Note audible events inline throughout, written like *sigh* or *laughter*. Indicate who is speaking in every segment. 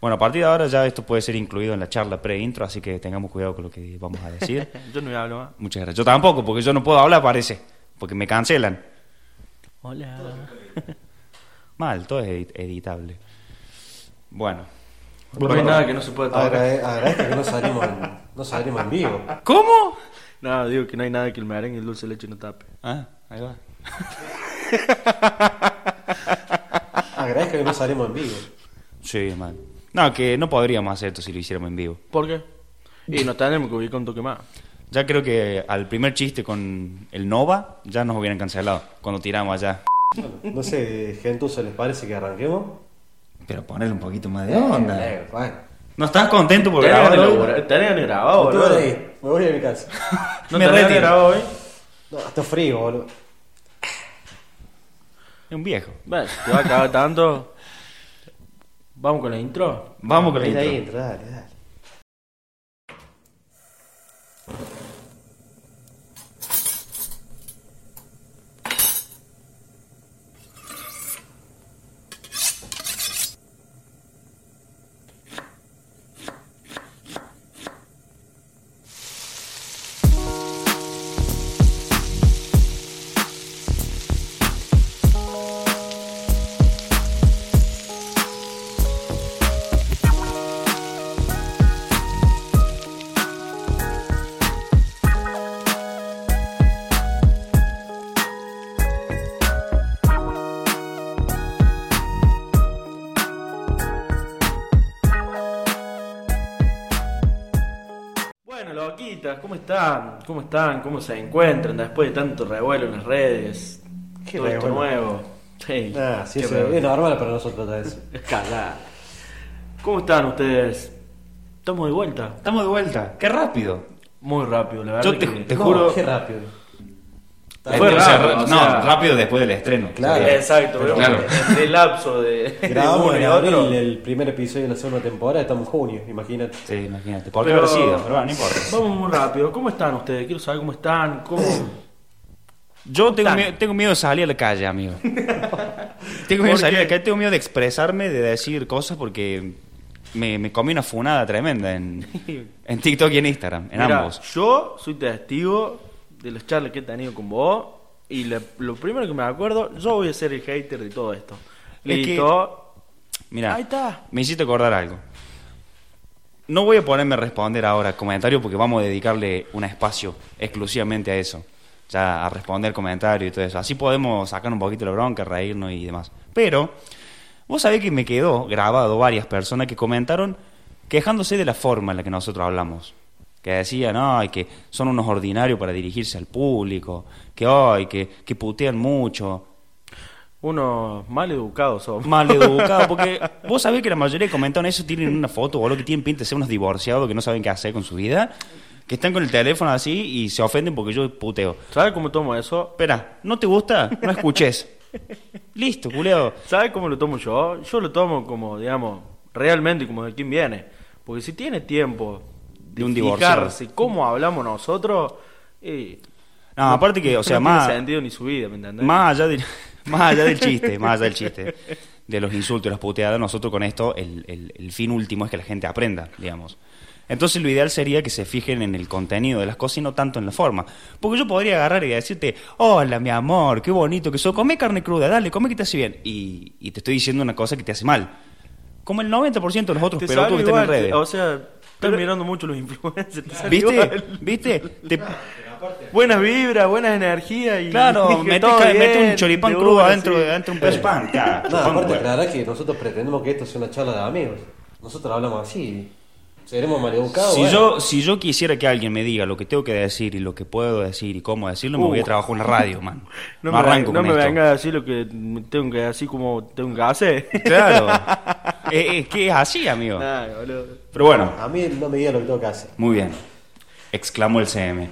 Speaker 1: Bueno, a partir de ahora ya esto puede ser incluido en la charla pre-intro, así que tengamos cuidado con lo que vamos a
Speaker 2: *laughs*
Speaker 1: decir.
Speaker 2: Yo no hablo ¿ah? más.
Speaker 1: Muchas gracias. Yo tampoco, porque yo no puedo hablar, parece. Porque me cancelan.
Speaker 2: Hola.
Speaker 1: *laughs* Mal, todo es edit- editable. Bueno.
Speaker 2: No hay nada que no se pueda tocar.
Speaker 3: Agrade- Agradezco que no salimos, en, no salimos en vivo.
Speaker 1: ¿Cómo?
Speaker 2: No, digo que no hay nada que el merengue y el dulce de leche no tape.
Speaker 1: Ah, ahí va.
Speaker 3: Agradezco que no salimos en vivo.
Speaker 1: Sí, mal. No, que no podríamos hacer esto si lo hiciéramos en vivo.
Speaker 2: ¿Por qué? Y nos tenemos que ubicar un toque más.
Speaker 1: Ya creo que al primer chiste con el Nova ya nos hubieran cancelado cuando tiramos allá.
Speaker 3: Bueno, no sé, gentuza, ¿les parece que arranquemos?
Speaker 1: Pero ponerle un poquito más
Speaker 3: Eh, bueno.
Speaker 1: ¿No estás contento por
Speaker 2: Tenés
Speaker 1: grabar
Speaker 2: ganas de
Speaker 1: hoy?
Speaker 2: laburar- tenés ganas de grabar,
Speaker 3: Me
Speaker 2: boludo.
Speaker 3: tuve que ir, me voy a mi casa.
Speaker 2: ¿No
Speaker 1: Me
Speaker 2: tenés ganas de
Speaker 1: retiro.
Speaker 2: grabar hoy?
Speaker 3: No, está frío, boludo.
Speaker 1: Es un viejo.
Speaker 2: Bueno, si te va a cagar tanto. Vamos con la intro.
Speaker 1: Vamos con la
Speaker 3: Ahí,
Speaker 1: intro.
Speaker 3: ahí, entra, dale, dale.
Speaker 2: Bueno, loquitas, ¿cómo están? ¿Cómo están? ¿Cómo se encuentran después de tanto revuelo en las redes?
Speaker 3: Qué
Speaker 2: Todo esto
Speaker 3: revuelo.
Speaker 2: nuevo. Sí.
Speaker 3: Ah, sí,
Speaker 2: Qué
Speaker 3: sí,
Speaker 2: revuelo.
Speaker 3: es normal para nosotros todo eso.
Speaker 2: Cagada. ¿Cómo están ustedes? Estamos de vuelta.
Speaker 1: Estamos de vuelta. ¡Qué rápido!
Speaker 2: Muy rápido, la verdad.
Speaker 1: Yo
Speaker 2: que-
Speaker 1: Te juro-
Speaker 3: Qué rápido.
Speaker 1: Eh,
Speaker 2: Fue
Speaker 1: o sea,
Speaker 2: rápido,
Speaker 1: ra- no,
Speaker 2: o sea-
Speaker 1: rápido después del estreno.
Speaker 3: Claro.
Speaker 1: Sería.
Speaker 2: Exacto, pero
Speaker 1: Claro.
Speaker 2: el lapso *laughs* de, de
Speaker 3: Grabamos
Speaker 2: uno
Speaker 3: en
Speaker 2: y otro.
Speaker 3: abril el primer episodio de la segunda temporada, estamos en junio, imagínate.
Speaker 1: Sí, imagínate. ¿Por qué
Speaker 2: Pero-
Speaker 1: habrá sido? Pero bueno, no importa.
Speaker 2: Vamos muy rápido. ¿Cómo están ustedes? Quiero saber cómo están. ¿Cómo?
Speaker 1: Yo tengo
Speaker 2: Tan.
Speaker 1: miedo, tengo miedo de salir a la calle, *laughs* amigo. tengo miedo
Speaker 2: ¿Por
Speaker 1: de salir a
Speaker 2: qué?
Speaker 1: la calle, tengo miedo de expresarme, de decir cosas porque me, me comí una funada tremenda en,
Speaker 3: *laughs*
Speaker 1: en TikTok y en Instagram, en
Speaker 2: Mira,
Speaker 1: ambos.
Speaker 2: Yo soy testigo de las charlas que he tenido con vos. Y le- lo primero que me acuerdo, yo voy a ser el hater de todo esto.
Speaker 1: Es que-
Speaker 2: Listo.
Speaker 1: Mira,
Speaker 2: Ahí está.
Speaker 1: me hiciste acordar algo. No voy a ponerme a responder ahora comentarios porque vamos a dedicarle un espacio exclusivamente a eso. Ya a responder comentarios y todo eso. Así podemos sacar un poquito la bronca, reírnos y demás. Pero, vos sabés que me quedó grabado varias personas que comentaron quejándose de la forma en la que nosotros hablamos. Que decían, ay, que son unos ordinarios para dirigirse al público, que ay, que, que putean mucho,
Speaker 2: Unos mal educados somos.
Speaker 1: mal educado, porque vos sabés que la mayoría que comentaron eso tienen una foto o lo que tienen pinta de ser unos divorciados que no saben qué hacer con su vida, que están con el teléfono así y se ofenden porque yo puteo.
Speaker 2: ¿Sabes cómo tomo eso?
Speaker 1: Espera, ¿no te gusta? No escuches. Listo, culeado.
Speaker 2: ¿Sabes cómo lo tomo yo? Yo lo tomo como, digamos, realmente como de quién viene. Porque si tiene tiempo de,
Speaker 1: De un divorciado.
Speaker 2: fijarse cómo hablamos nosotros, eh,
Speaker 1: No, aparte que, o sea,
Speaker 2: no
Speaker 1: más,
Speaker 2: tiene sentido ni su vida, ¿me entendés?
Speaker 1: más, allá del, *laughs* más allá del chiste, más allá del chiste, de los insultos y las puteadas, nosotros con esto el, el- el fin último es que la gente aprenda, digamos. Entonces lo ideal sería que se fijen en el contenido de las cosas y no tanto en la forma. Porque yo podría agarrar y decirte, hola mi amor, qué bonito que sos, come carne cruda, dale, come que te hace bien. Y, y te estoy diciendo una cosa que te hace mal. Como el 90% de los otros
Speaker 2: Te
Speaker 1: pelotudos que
Speaker 2: sale
Speaker 1: están en
Speaker 2: igual,
Speaker 1: redes.
Speaker 2: O sea, están mirando mucho los influencers. te sale
Speaker 1: ¿Viste?
Speaker 2: igual.
Speaker 1: ¿Viste? Te-
Speaker 2: Buenas vibras, buenas energías. *laughs* Y
Speaker 1: claro,
Speaker 2: que
Speaker 1: mete,
Speaker 2: todo
Speaker 1: ca- mete
Speaker 2: bien,
Speaker 1: un choripán
Speaker 2: de
Speaker 1: crudo
Speaker 2: una,
Speaker 1: adentro,
Speaker 2: sí.
Speaker 1: adentro de un pedazo de pan. ya,
Speaker 3: No,
Speaker 1: chupando
Speaker 3: aparte
Speaker 1: huevo.
Speaker 3: aclarar que nosotros pretendemos que esto sea una charla de amigos. Nosotros hablamos así. Seremos maleducados.
Speaker 1: Si,
Speaker 3: bueno.
Speaker 1: yo, si yo quisiera que alguien me diga lo que tengo que decir y lo que puedo decir y cómo decirlo, me
Speaker 2: Uh.
Speaker 1: voy a trabajar en la radio, man.
Speaker 2: *laughs* No,
Speaker 1: No,
Speaker 2: me,
Speaker 1: arranco
Speaker 2: no
Speaker 1: con
Speaker 2: me
Speaker 1: esto.
Speaker 2: venga a decir lo que me tengo que decir como tengo que hacer.
Speaker 1: *laughs* Claro. es, es que es así, amigo.
Speaker 2: Ay, boludo.
Speaker 1: Pero bueno,
Speaker 3: A mí no me diga lo que tengo que hacer.
Speaker 1: muy bien. Exclamó el CM.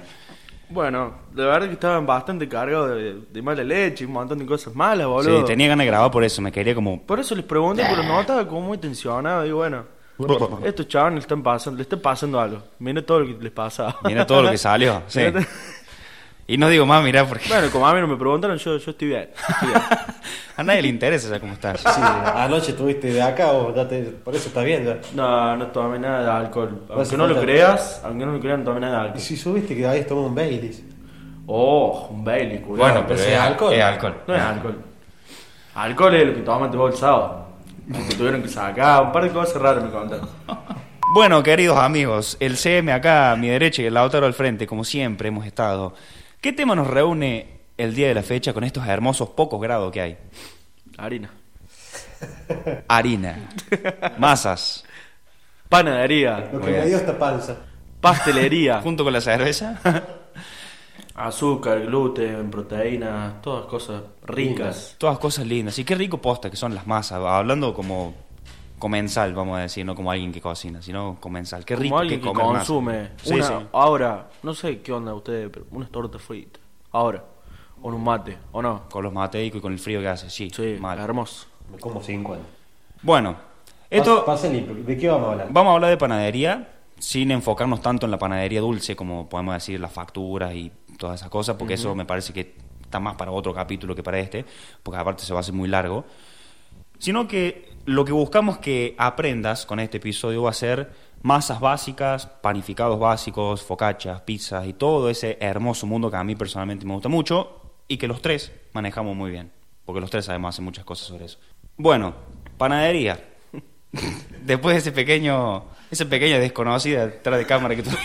Speaker 2: Bueno, la verdad es que estaban bastante cargados de, de mala leche y un montón de cosas malas,
Speaker 1: Sí,
Speaker 2: boludo.
Speaker 1: tenía ganas de grabar por eso, me quería como...
Speaker 2: Por eso les pregunto, porque no estaba como muy tensionado. Y bueno, estos chavales *laughs* están pasando, le están pasando algo. Mira todo lo que les pasa.
Speaker 1: Mira todo lo que salió. Sí. Y no digo más, mirá, porque *laughs*
Speaker 2: Bueno, como a mí no me preguntaron, yo, yo estoy bien. estoy bien.
Speaker 1: a nadie le interesa ya cómo estás.
Speaker 3: Sí, anoche estuviste de acá, vos ya te- por eso estás bien ya.
Speaker 2: No, no tomé nada de alcohol.
Speaker 3: hace
Speaker 2: Aunque no lo
Speaker 3: falta.
Speaker 2: creas, aunque no lo creas, no tomé nada de
Speaker 3: Y
Speaker 2: alcohol.
Speaker 3: si subiste que habías tomado un Baileys.
Speaker 2: Oh, un Bailey, cuidado.
Speaker 1: Bueno, pero
Speaker 3: ese
Speaker 1: es
Speaker 3: es
Speaker 1: alcohol.
Speaker 3: alcohol.
Speaker 1: Es alcohol.
Speaker 2: No es alcohol. Alcohol es lo que tomaste vos el sábado. Que tuvieron que sacar, un par de cosas raras me contaron.
Speaker 1: Bueno, queridos amigos, el CM acá a mi derecha y el Lautaro al frente, como siempre hemos estado. ¿Qué tema nos reúne el día de la fecha con estos hermosos pocos grados que hay?
Speaker 2: Harina. *laughs*
Speaker 1: Harina, masas,
Speaker 2: Panadería.
Speaker 3: Lo
Speaker 1: Muy
Speaker 3: que me
Speaker 1: bien.
Speaker 3: dio esta panza.
Speaker 1: *laughs*
Speaker 2: Pastelería.
Speaker 1: junto con la cerveza. *laughs*
Speaker 2: Azúcar, gluten, proteínas, todas cosas ricas.
Speaker 1: Todas cosas lindas. Y qué rico posta que son las masas. Hablando como comensal, vamos a decir, no como alguien que cocina, sino comensal. Qué
Speaker 2: Como
Speaker 1: rico
Speaker 2: alguien que
Speaker 1: comer masa.
Speaker 2: consume.
Speaker 1: Sí,
Speaker 2: una,
Speaker 1: sí.
Speaker 2: Ahora, no sé qué onda ustedes, pero unas tortas fritas. Ahora. O en un mate, ¿o no?
Speaker 1: Con los mateicos y con el frío que hace, sí.
Speaker 2: Sí,
Speaker 1: mal.
Speaker 2: hermoso.
Speaker 3: Me como 50.
Speaker 1: Bueno, esto...
Speaker 3: Pasa el limpio. ¿De qué vamos a hablar?
Speaker 1: Vamos a hablar de panadería sin enfocarnos tanto en la panadería dulce como podemos decir las facturas y todas esas cosas, porque eso me parece que está más para otro capítulo que para este, porque aparte se va a hacer muy largo. Sino que lo que buscamos que aprendas con este episodio va a ser masas básicas, panificados básicos, focachas, pizzas y todo ese hermoso mundo que a mí personalmente me gusta mucho y que los tres manejamos muy bien, porque los tres además hacen muchas cosas sobre eso. Bueno, panadería. Después de ese pequeño, esa pequeña desconocida detrás de cámara que tuvimos.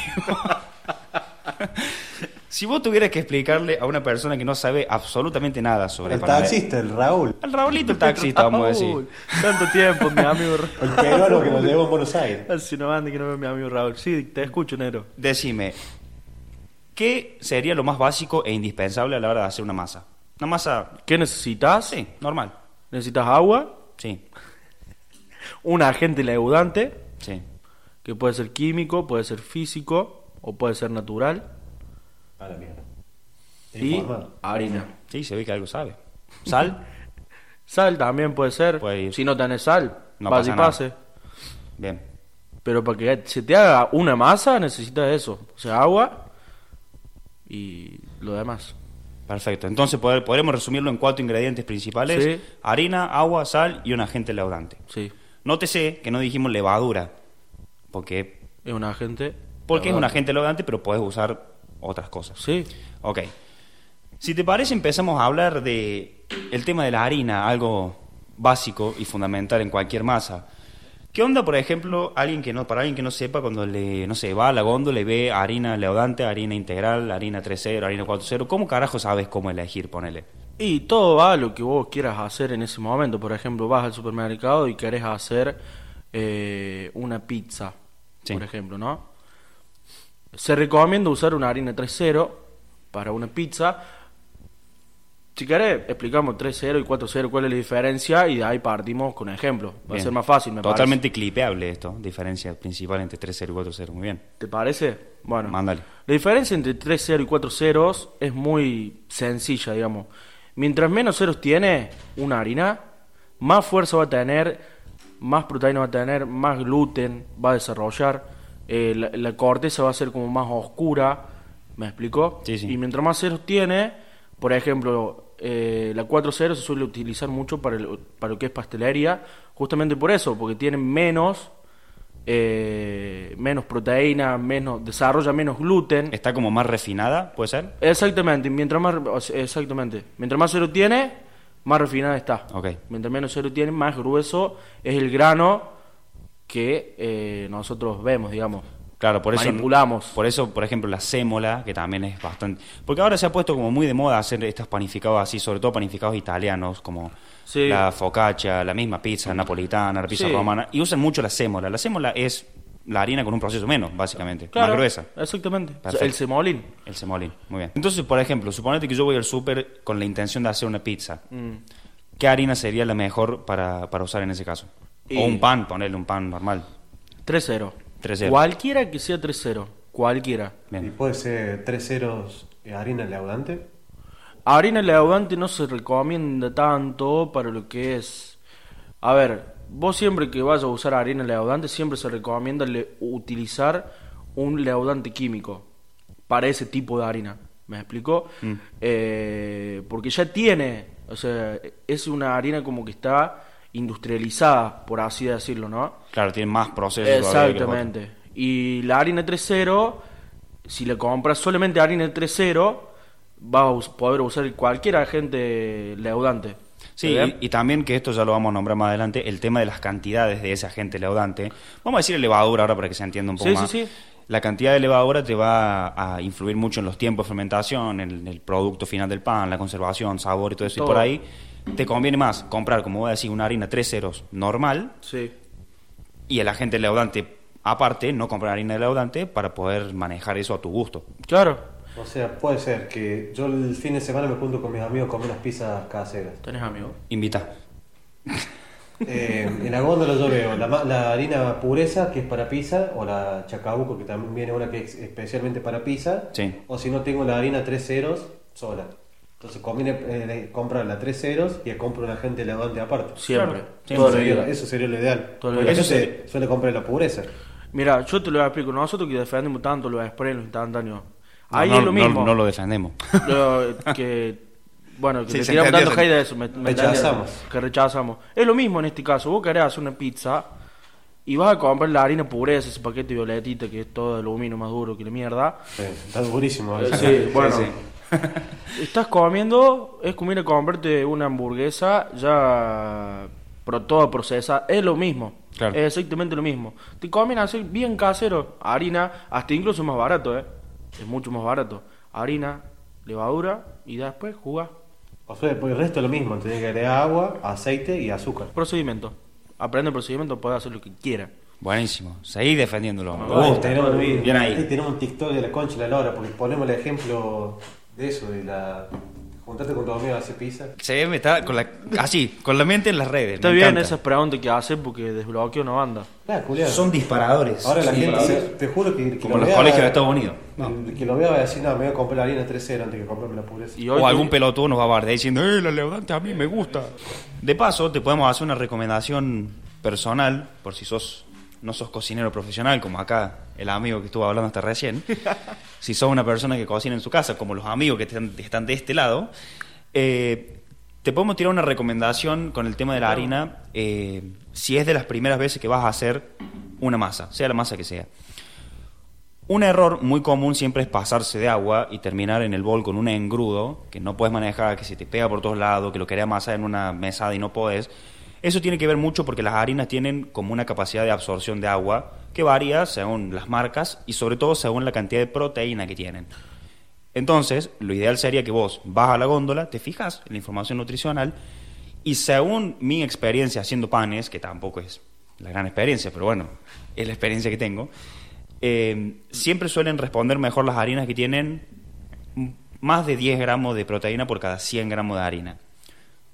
Speaker 1: si vos tuvieras que explicarle a una persona que no sabe absolutamente nada sobre
Speaker 3: El
Speaker 1: panadería-
Speaker 3: taxista, el Raúl.
Speaker 1: Al Raulito el taxista, vamos a
Speaker 2: Raúl,
Speaker 1: decir.
Speaker 2: Tanto tiempo, mi
Speaker 1: *laughs*
Speaker 2: amigo
Speaker 3: El
Speaker 2: Raúl.
Speaker 3: peruano que nos llevó en Buenos
Speaker 2: *laughs*
Speaker 3: Aires.
Speaker 2: Hace una banda que no veo a mi amigo Raúl. Sí, te escucho, Nero.
Speaker 1: Decime, ¿qué sería lo más básico e indispensable a la hora de hacer una masa? Una masa,
Speaker 2: ¿Qué necesitas?
Speaker 1: sí, normal.
Speaker 2: Necesitas agua,
Speaker 1: Sí,
Speaker 2: un agente leudante,
Speaker 1: sí.
Speaker 2: que puede ser químico, puede ser físico o puede ser natural.
Speaker 3: A la mierda.
Speaker 2: Y
Speaker 3: Informado.
Speaker 2: harina.
Speaker 1: Sí, se ve que algo sabe. Sal,
Speaker 2: Sal también puede ser.
Speaker 1: Puede ir.
Speaker 2: Si no tenés sal,
Speaker 1: No
Speaker 2: vas
Speaker 1: pasa
Speaker 2: y
Speaker 1: nada.
Speaker 2: pase.
Speaker 1: bien.
Speaker 2: Pero para que se te haga una masa necesitas eso. O sea, agua y lo demás.
Speaker 1: Perfecto. Entonces poder- podremos resumirlo en cuatro ingredientes principales:
Speaker 2: Sí.
Speaker 1: harina, agua, sal y un agente leudante.
Speaker 2: Sí.
Speaker 1: Nótese que no dijimos levadura, porque,
Speaker 2: Es un agente.
Speaker 1: porque es un
Speaker 2: leudante.
Speaker 1: agente leudante, pero podés usar otras cosas.
Speaker 2: Sí.
Speaker 1: Ok. Si te parece, empezamos a hablar de el tema de la harina, algo básico y fundamental en cualquier masa. ¿Qué onda, por ejemplo, alguien que no, para alguien que no sepa, cuando le, no sé, va a la góndola y ve harina leodante, harina integral, harina 3.0, harina 4.0, ¿cómo carajo sabes cómo elegir, ponele?
Speaker 2: Y todo va a lo que vos quieras hacer en ese momento. Por ejemplo, vas al supermercado y querés hacer eh, una pizza,
Speaker 1: Sí.
Speaker 2: por ejemplo, ¿no? Se recomienda usar una harina 3.0 para una pizza. Si querés, explicamos 3.0 y 4.0, cuál es la diferencia y de ahí partimos con ejemplo. Va a
Speaker 1: Bien.
Speaker 2: ser más fácil, me
Speaker 1: Totalmente clipeable esto, diferencia principal entre 3.0 y 4.0, muy bien.
Speaker 2: parece. ¿Te parece? Bueno.
Speaker 1: Mándale.
Speaker 2: La diferencia entre 3-0 y 4 ceros es muy sencilla, digamos. Mientras menos ceros tiene una harina, más fuerza va a tener, más proteína va a tener, más gluten va a desarrollar, eh, la, la corteza va a ser como más oscura, ¿me explico?
Speaker 1: Sí, sí.
Speaker 2: Y mientras más ceros tiene, por ejemplo, eh, la 4 ceros se suele utilizar mucho para, el- para lo que es pastelería, justamente por eso, porque tiene menos... eh, menos proteína, menos desarrolla menos gluten.
Speaker 1: Está como más refinada, ¿puede ser?
Speaker 2: Exactamente, mientras más o sea, exactamente, mientras más cero tiene, más refinada está.
Speaker 1: Ok.
Speaker 2: Mientras menos cero tiene, más grueso es el grano que eh, nosotros vemos, digamos.
Speaker 1: Claro, por eso.
Speaker 2: Manipulamos.
Speaker 1: Por eso, por ejemplo, la sémola, que también es bastante. Porque ahora se ha puesto como muy de moda hacer estos panificados así, sobre todo panificados italianos, como
Speaker 2: Sí.
Speaker 1: la focaccia, la misma pizza napolitana, la pizza
Speaker 2: Sí.
Speaker 1: romana. Y usan mucho la sémola. La sémola es la harina con un proceso menos, básicamente.
Speaker 2: Claro,
Speaker 1: Más gruesa.
Speaker 2: Exactamente. O sea,
Speaker 1: Perfecto.
Speaker 2: el semolín.
Speaker 1: El semolín, muy bien. Entonces, por ejemplo, suponete que yo voy al súper con la intención de hacer una pizza.
Speaker 2: Mm.
Speaker 1: ¿Qué harina sería la mejor para, para usar en ese caso?
Speaker 2: Y-
Speaker 1: O un pan, ponerle un pan normal.
Speaker 2: 3-0.
Speaker 1: 3-0.
Speaker 2: Cualquiera que sea 3-0, cualquiera.
Speaker 3: Y
Speaker 1: Bien.
Speaker 3: puede ser tres ceros eh, harina leudante.
Speaker 2: Harina leudante no se recomienda tanto para lo que es. A ver, vos siempre que vas a usar harina leudante, siempre se recomienda le- utilizar un leudante químico para ese tipo de harina. ¿Me explicó? Eh, porque ya tiene, o sea, es una harina como que está industrializada, por así decirlo, ¿no?
Speaker 1: Claro, tiene más procesos. todavía que los otros.
Speaker 2: Exactamente. Y la harina 3.0, si le compras solamente harina 3.0, vas a us- poder usar cualquier agente leudante.
Speaker 1: Sí,
Speaker 2: ¿Verdad?
Speaker 1: y, y también que esto ya lo vamos a nombrar más adelante, el tema de las cantidades de ese agente leudante. Vamos a decir levadura ahora para que se entienda un poco
Speaker 2: Sí, sí,
Speaker 1: más.
Speaker 2: sí.
Speaker 1: La cantidad de levadura te va a influir mucho en los tiempos de fermentación, en el producto final del pan, la conservación, sabor y todo eso. Y
Speaker 2: Todo.
Speaker 1: por ahí te conviene más comprar, como voy a decir, una harina 3 ceros normal
Speaker 2: Sí.
Speaker 1: y el agente leudante aparte, no comprar harina de leudante para poder manejar eso a tu gusto.
Speaker 2: Claro.
Speaker 3: O sea, puede ser que yo el fin de semana me junto con mis amigos a comer unas pizzas caseras.
Speaker 2: ¿Tenés amigos?
Speaker 1: Invita.
Speaker 3: Eh, en la góndola yo veo la, ma- la harina pureza, que es para pizza, o la chacabuco, que también viene una que es especialmente para pizza.
Speaker 1: Sí.
Speaker 3: O si no, tengo la harina tres ceros sola. Entonces conviene eh, de- comprar la tres ceros y compro una gente levante aparte.
Speaker 2: Siempre.
Speaker 3: Eso
Speaker 2: Toda la
Speaker 3: sería,
Speaker 2: vida.
Speaker 3: eso sería lo ideal.
Speaker 2: Todo lo
Speaker 3: Porque la
Speaker 2: ideal.
Speaker 3: gente suele comprar la pureza.
Speaker 2: Mira, yo te lo explico. Nosotros que defendemos tanto los sprays, los instantáneos. Ahí
Speaker 1: no,
Speaker 2: es
Speaker 1: no-
Speaker 2: lo mismo.
Speaker 1: no lo defendemos. *laughs*
Speaker 2: Lo que bueno que
Speaker 1: Sí,
Speaker 2: le
Speaker 1: se
Speaker 2: tiramos
Speaker 1: entendió,
Speaker 2: tanto
Speaker 1: se
Speaker 2: hate a eso me- me
Speaker 3: Rechazamos.
Speaker 2: entendés? que rechazamos es lo mismo en este caso vos querés hacer una pizza y vas a comprar la harina pureza ese paquete violetita que es todo de aluminio más duro que la mierda
Speaker 3: Sí, está durísimo. a
Speaker 2: Eh,
Speaker 3: veces.
Speaker 2: sí, bueno *laughs* estás comiendo es como ir a comprarte una hamburguesa ya pro, toda procesa es lo mismo
Speaker 1: Claro.
Speaker 2: es exactamente lo mismo te comen así bien casero harina hasta incluso más barato eh es mucho más barato harina levadura y después jugás
Speaker 3: O sea, por el resto es lo mismo. Tenés que agregar agua, aceite y azúcar.
Speaker 2: Procedimiento. Aprende el procedimiento, puede hacer lo que quiera.
Speaker 1: Buenísimo. Seguí defendiéndolo. Me
Speaker 3: Ahí
Speaker 1: gusta.
Speaker 3: tenemos un video.
Speaker 1: Bien
Speaker 3: Ahí
Speaker 1: ahí.
Speaker 3: tenemos un TikTok de la concha de la lora, porque ponemos el ejemplo de eso, de la... Juntarte con tu amigo a hacer pizza.
Speaker 1: Se me está con la, así, con la mente en las redes.
Speaker 2: Está
Speaker 1: me
Speaker 2: bien
Speaker 1: encanta.
Speaker 2: esas preguntas que hace porque desbloqueo una banda.
Speaker 3: Claro, Julián.
Speaker 1: Son disparadores.
Speaker 3: Ahora la
Speaker 1: Son
Speaker 3: gente, se-
Speaker 1: disparadores.
Speaker 3: te juro que... que
Speaker 1: Como
Speaker 3: lo
Speaker 1: los
Speaker 3: vea-
Speaker 1: colegios de Estados Unidos.
Speaker 3: el Que lo vea va a decir, no, me voy a comprar la harina 3-0 antes que comprarme la pureza.
Speaker 2: Y hoy
Speaker 1: O algún
Speaker 2: te-
Speaker 1: pelotudo nos va a bardear diciendo, ¡eh, la levante a mí me gusta! De paso, te podemos hacer una recomendación personal, por si sos no sos cocinero profesional, como acá el amigo que estuvo hablando hasta
Speaker 2: *laughs*
Speaker 1: recién. si sos una persona que cocina en su casa, como los amigos que están, están de este lado, eh, te podemos tirar una recomendación con el tema de la harina, eh, si es de las primeras veces que vas a hacer una masa, sea la masa que sea. Un error muy común siempre es pasarse de agua y terminar en el bol con un engrudo que no puedes manejar, que se te pega por todos lados, que lo querés amasar en una mesada y no podés. Eso tiene que ver mucho porque las harinas tienen como una capacidad de absorción de agua que varía según las marcas y sobre todo según la cantidad de proteína que tienen. Entonces, lo ideal sería que vos vas a la góndola, te fijas en la información nutricional y según mi experiencia haciendo panes, que tampoco es la gran experiencia, pero bueno, es la experiencia que tengo, eh, siempre suelen responder mejor las harinas que tienen m- más de 10 gramos de proteína por cada 100 gramos de harina.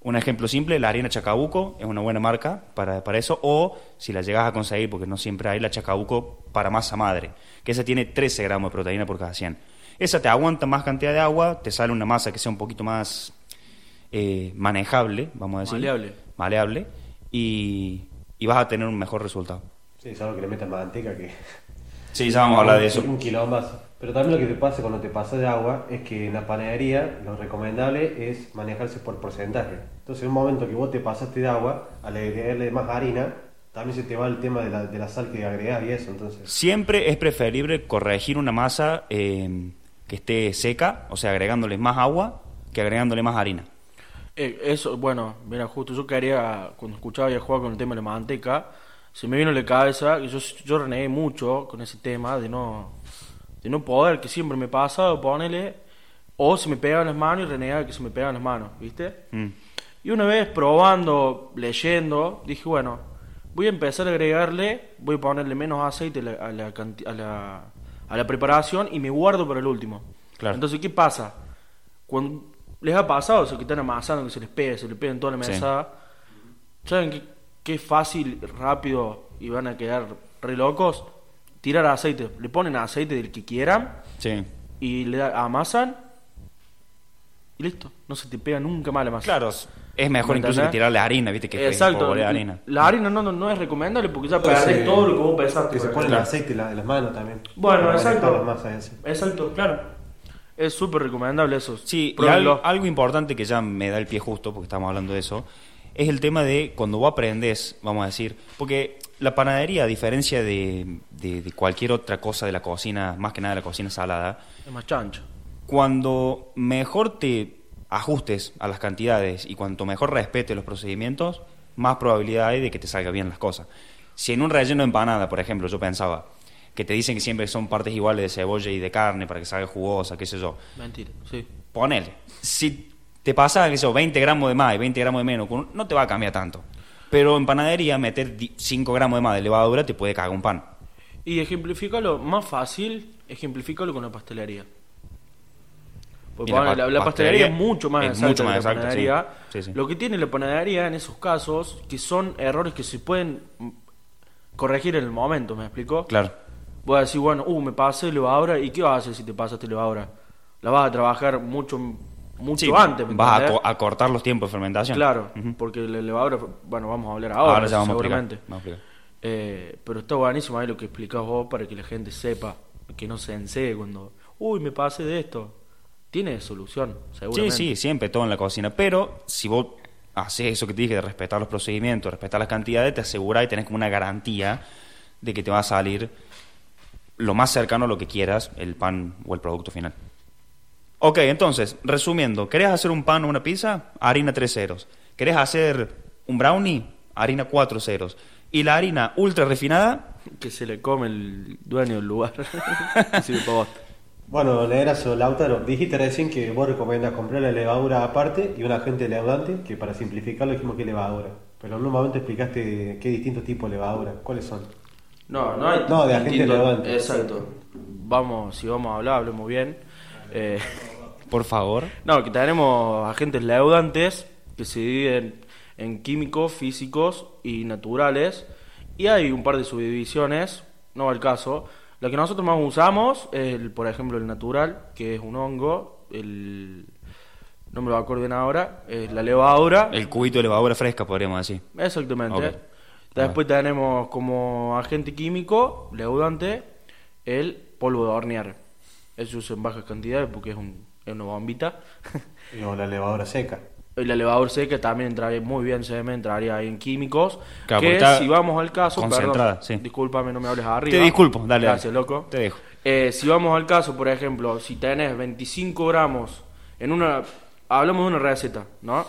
Speaker 1: Un ejemplo simple, la harina Chacabuco es una buena marca para, para eso, o si la llegas a conseguir, porque no siempre hay la Chacabuco para masa madre, que esa tiene 13 gramos de proteína por cada 100. Esa te aguanta más cantidad de agua, te sale una masa que sea un poquito más eh, manejable, vamos a decir.
Speaker 2: Maleable.
Speaker 1: Maleable, y, y vas a tener un mejor resultado.
Speaker 3: Sí, salvo que le metas manteca que...
Speaker 1: Sí, ya vamos a hablar de eso.
Speaker 3: Un kilo más. Pero también lo que te pasa cuando te pasas de agua es que en la panadería lo recomendable es manejarse por porcentaje. Entonces, en un momento que vos te pasaste de agua, al agregarle más harina, también se te va el tema de la, de la sal que agregás y eso. Entonces,
Speaker 1: Siempre es preferible corregir una masa eh, que esté seca, o sea, agregándole más agua que agregándole más harina.
Speaker 2: Eh, eso, bueno, mira, justo yo quería, cuando escuchaba y jugaba con el tema de la manteca, se me vino a la cabeza que yo, yo renegué mucho con ese tema de no, de no poder, que siempre me pasa, ponele, o se me pegaban las manos y renegaba que se me pegaban las manos, ¿viste?
Speaker 1: Mm.
Speaker 2: Y una vez probando, leyendo, dije, bueno, voy a empezar a agregarle, voy a ponerle menos aceite a la, a la canti- a la- a la preparación y me guardo para el último.
Speaker 1: Claro.
Speaker 2: Entonces, ¿qué pasa? Cuando les ha pasado eso, que están amasando, que se les pega, se les pega en toda la
Speaker 1: Sí.
Speaker 2: mesada, ¿saben qué, qué fácil, rápido y van a quedar re locos? Tirar aceite. Le ponen aceite del que quieran
Speaker 1: Sí.
Speaker 2: y le da- amasan y listo. No se te pega nunca más la masa.
Speaker 1: Claro, es mejor incluso que
Speaker 2: ¿Entendés?
Speaker 1: tirarle harina, ¿viste? Que
Speaker 2: Exacto.
Speaker 1: polvorea harina.
Speaker 2: La harina no, no, no es recomendable porque ya
Speaker 3: Entonces,
Speaker 2: perdés todo lo que vos pensaste.
Speaker 3: que se
Speaker 2: ¿verdad?
Speaker 3: pone el aceite en la- en las manos también.
Speaker 2: Bueno,
Speaker 3: Para manejar
Speaker 2: exacto.
Speaker 3: las masas y así.
Speaker 2: Exacto, claro. Es súper recomendable eso.
Speaker 1: Sí, y
Speaker 2: Pruébenlo.
Speaker 1: al- algo importante que ya me da el pie justo, porque estamos hablando de eso, es el tema de cuando vos aprendes, vamos a decir, porque la panadería, a diferencia de, de- de cualquier otra cosa de la cocina, más que nada de la cocina salada,
Speaker 2: Es más chancho.
Speaker 1: cuando mejor te ajustes a las cantidades y cuanto mejor respetes los procedimientos, más probabilidad hay de que te salga bien las cosas. Si en un relleno de empanada, por ejemplo, yo pensaba que te dicen que siempre son partes iguales de cebolla y de carne para que salga jugosa, qué sé yo,
Speaker 2: Mentira, sí.
Speaker 1: ponele, si te pasa, qué sé yo, 20 gramos de más y 20 gramos de menos, con- no te va a cambiar tanto. Pero en panadería, meter di- 5 gramos de más de levadura te puede cagar un pan.
Speaker 2: Y ejemplifícalo más fácil, ejemplifícalo con la pastelería. Porque
Speaker 1: Y la
Speaker 2: bueno,
Speaker 1: pa-
Speaker 2: la, la pastelería es
Speaker 1: pastelería
Speaker 2: mucho más
Speaker 1: es
Speaker 2: exacta
Speaker 1: mucho
Speaker 2: que
Speaker 1: más
Speaker 2: la
Speaker 1: exacta, sí.
Speaker 2: panadería.
Speaker 1: Sí, sí.
Speaker 2: Lo que tiene la panadería en esos casos, que son errores que se pueden mm, corregir en el momento, ¿me explico?
Speaker 1: Claro.
Speaker 2: Voy a decir, bueno, uh, me pasé levadura, ¿y qué vas a hacer si te pasaste levadura? La vas a trabajar mucho mucho
Speaker 1: Sí,
Speaker 2: antes, ¿me
Speaker 1: vas a,
Speaker 2: entendés?
Speaker 1: co- a cortar los tiempos de fermentación.
Speaker 2: Claro,
Speaker 1: Ujú.
Speaker 2: porque la levadura, bueno, vamos a hablar ahora,
Speaker 1: ya vamos a explicar,
Speaker 2: seguramente.
Speaker 1: vamos a explicar.
Speaker 2: Eh, pero está buenísimo ahí lo que explicás vos para que la gente sepa, que no se ensee cuando, uy, me pasé de esto. Tiene solución,
Speaker 1: Sí,
Speaker 2: seguramente.
Speaker 1: sí, siempre, todo en la cocina. Pero si vos haces eso que te dije de respetar los procedimientos, respetar las cantidades, te asegurás y tenés como una garantía de que te va a salir lo más cercano a lo que quieras, el pan o el producto final. Ok, entonces, resumiendo, ¿querés hacer un pan o una pizza? Harina 3 ceros. ¿Querés hacer un brownie? Harina 4 ceros. Y la harina ultra refinada,
Speaker 2: Que se le come el dueño del lugar. Sirve pa' vos.
Speaker 3: Bueno, Negrazo, Lautaro, dijiste recién que vos recomiendas comprar la levadura aparte y un agente leudante, que para simplificarlo dijimos que levadura. Pero en un momento explicaste qué distintos tipos de levadura, cuáles son.
Speaker 2: No, no hay.
Speaker 3: No, de agente
Speaker 2: distinto-
Speaker 3: levante.
Speaker 2: Exacto. Vamos, si vamos a hablar, hablemos bien. Eh,
Speaker 1: por favor.
Speaker 2: no, que tenemos agentes leudantes que se dividen en químicos, físicos y naturales. Y hay un par de subdivisiones, no va el caso. La que nosotros más usamos es, el, por ejemplo, el natural, que es un hongo. El, no me lo acuerdo bien ahora. Es la levadura.
Speaker 1: El cubito de levadura fresca, podríamos decir.
Speaker 2: Exactamente.
Speaker 1: Ok.
Speaker 2: Después tenemos como agente químico, leudante, el polvo de hornear. Eso se usa en bajas cantidades porque es, un, es una bombita. *laughs*
Speaker 3: Y O la levadura seca.
Speaker 2: El elevador seca también entraría muy bien, se me entraría ahí en químicos.
Speaker 1: Claro, porque
Speaker 2: que
Speaker 1: está
Speaker 2: si vamos al caso,
Speaker 1: concentrada,
Speaker 2: perdón,
Speaker 1: sí.
Speaker 2: discúlpame, no me hables arriba.
Speaker 1: Te disculpo, dale, dale.
Speaker 2: Gracias, loco.
Speaker 1: Te dejo.
Speaker 2: Eh, si vamos al caso, por ejemplo, si tenés 25 gramos en una. Hablamos de una receta, ¿no?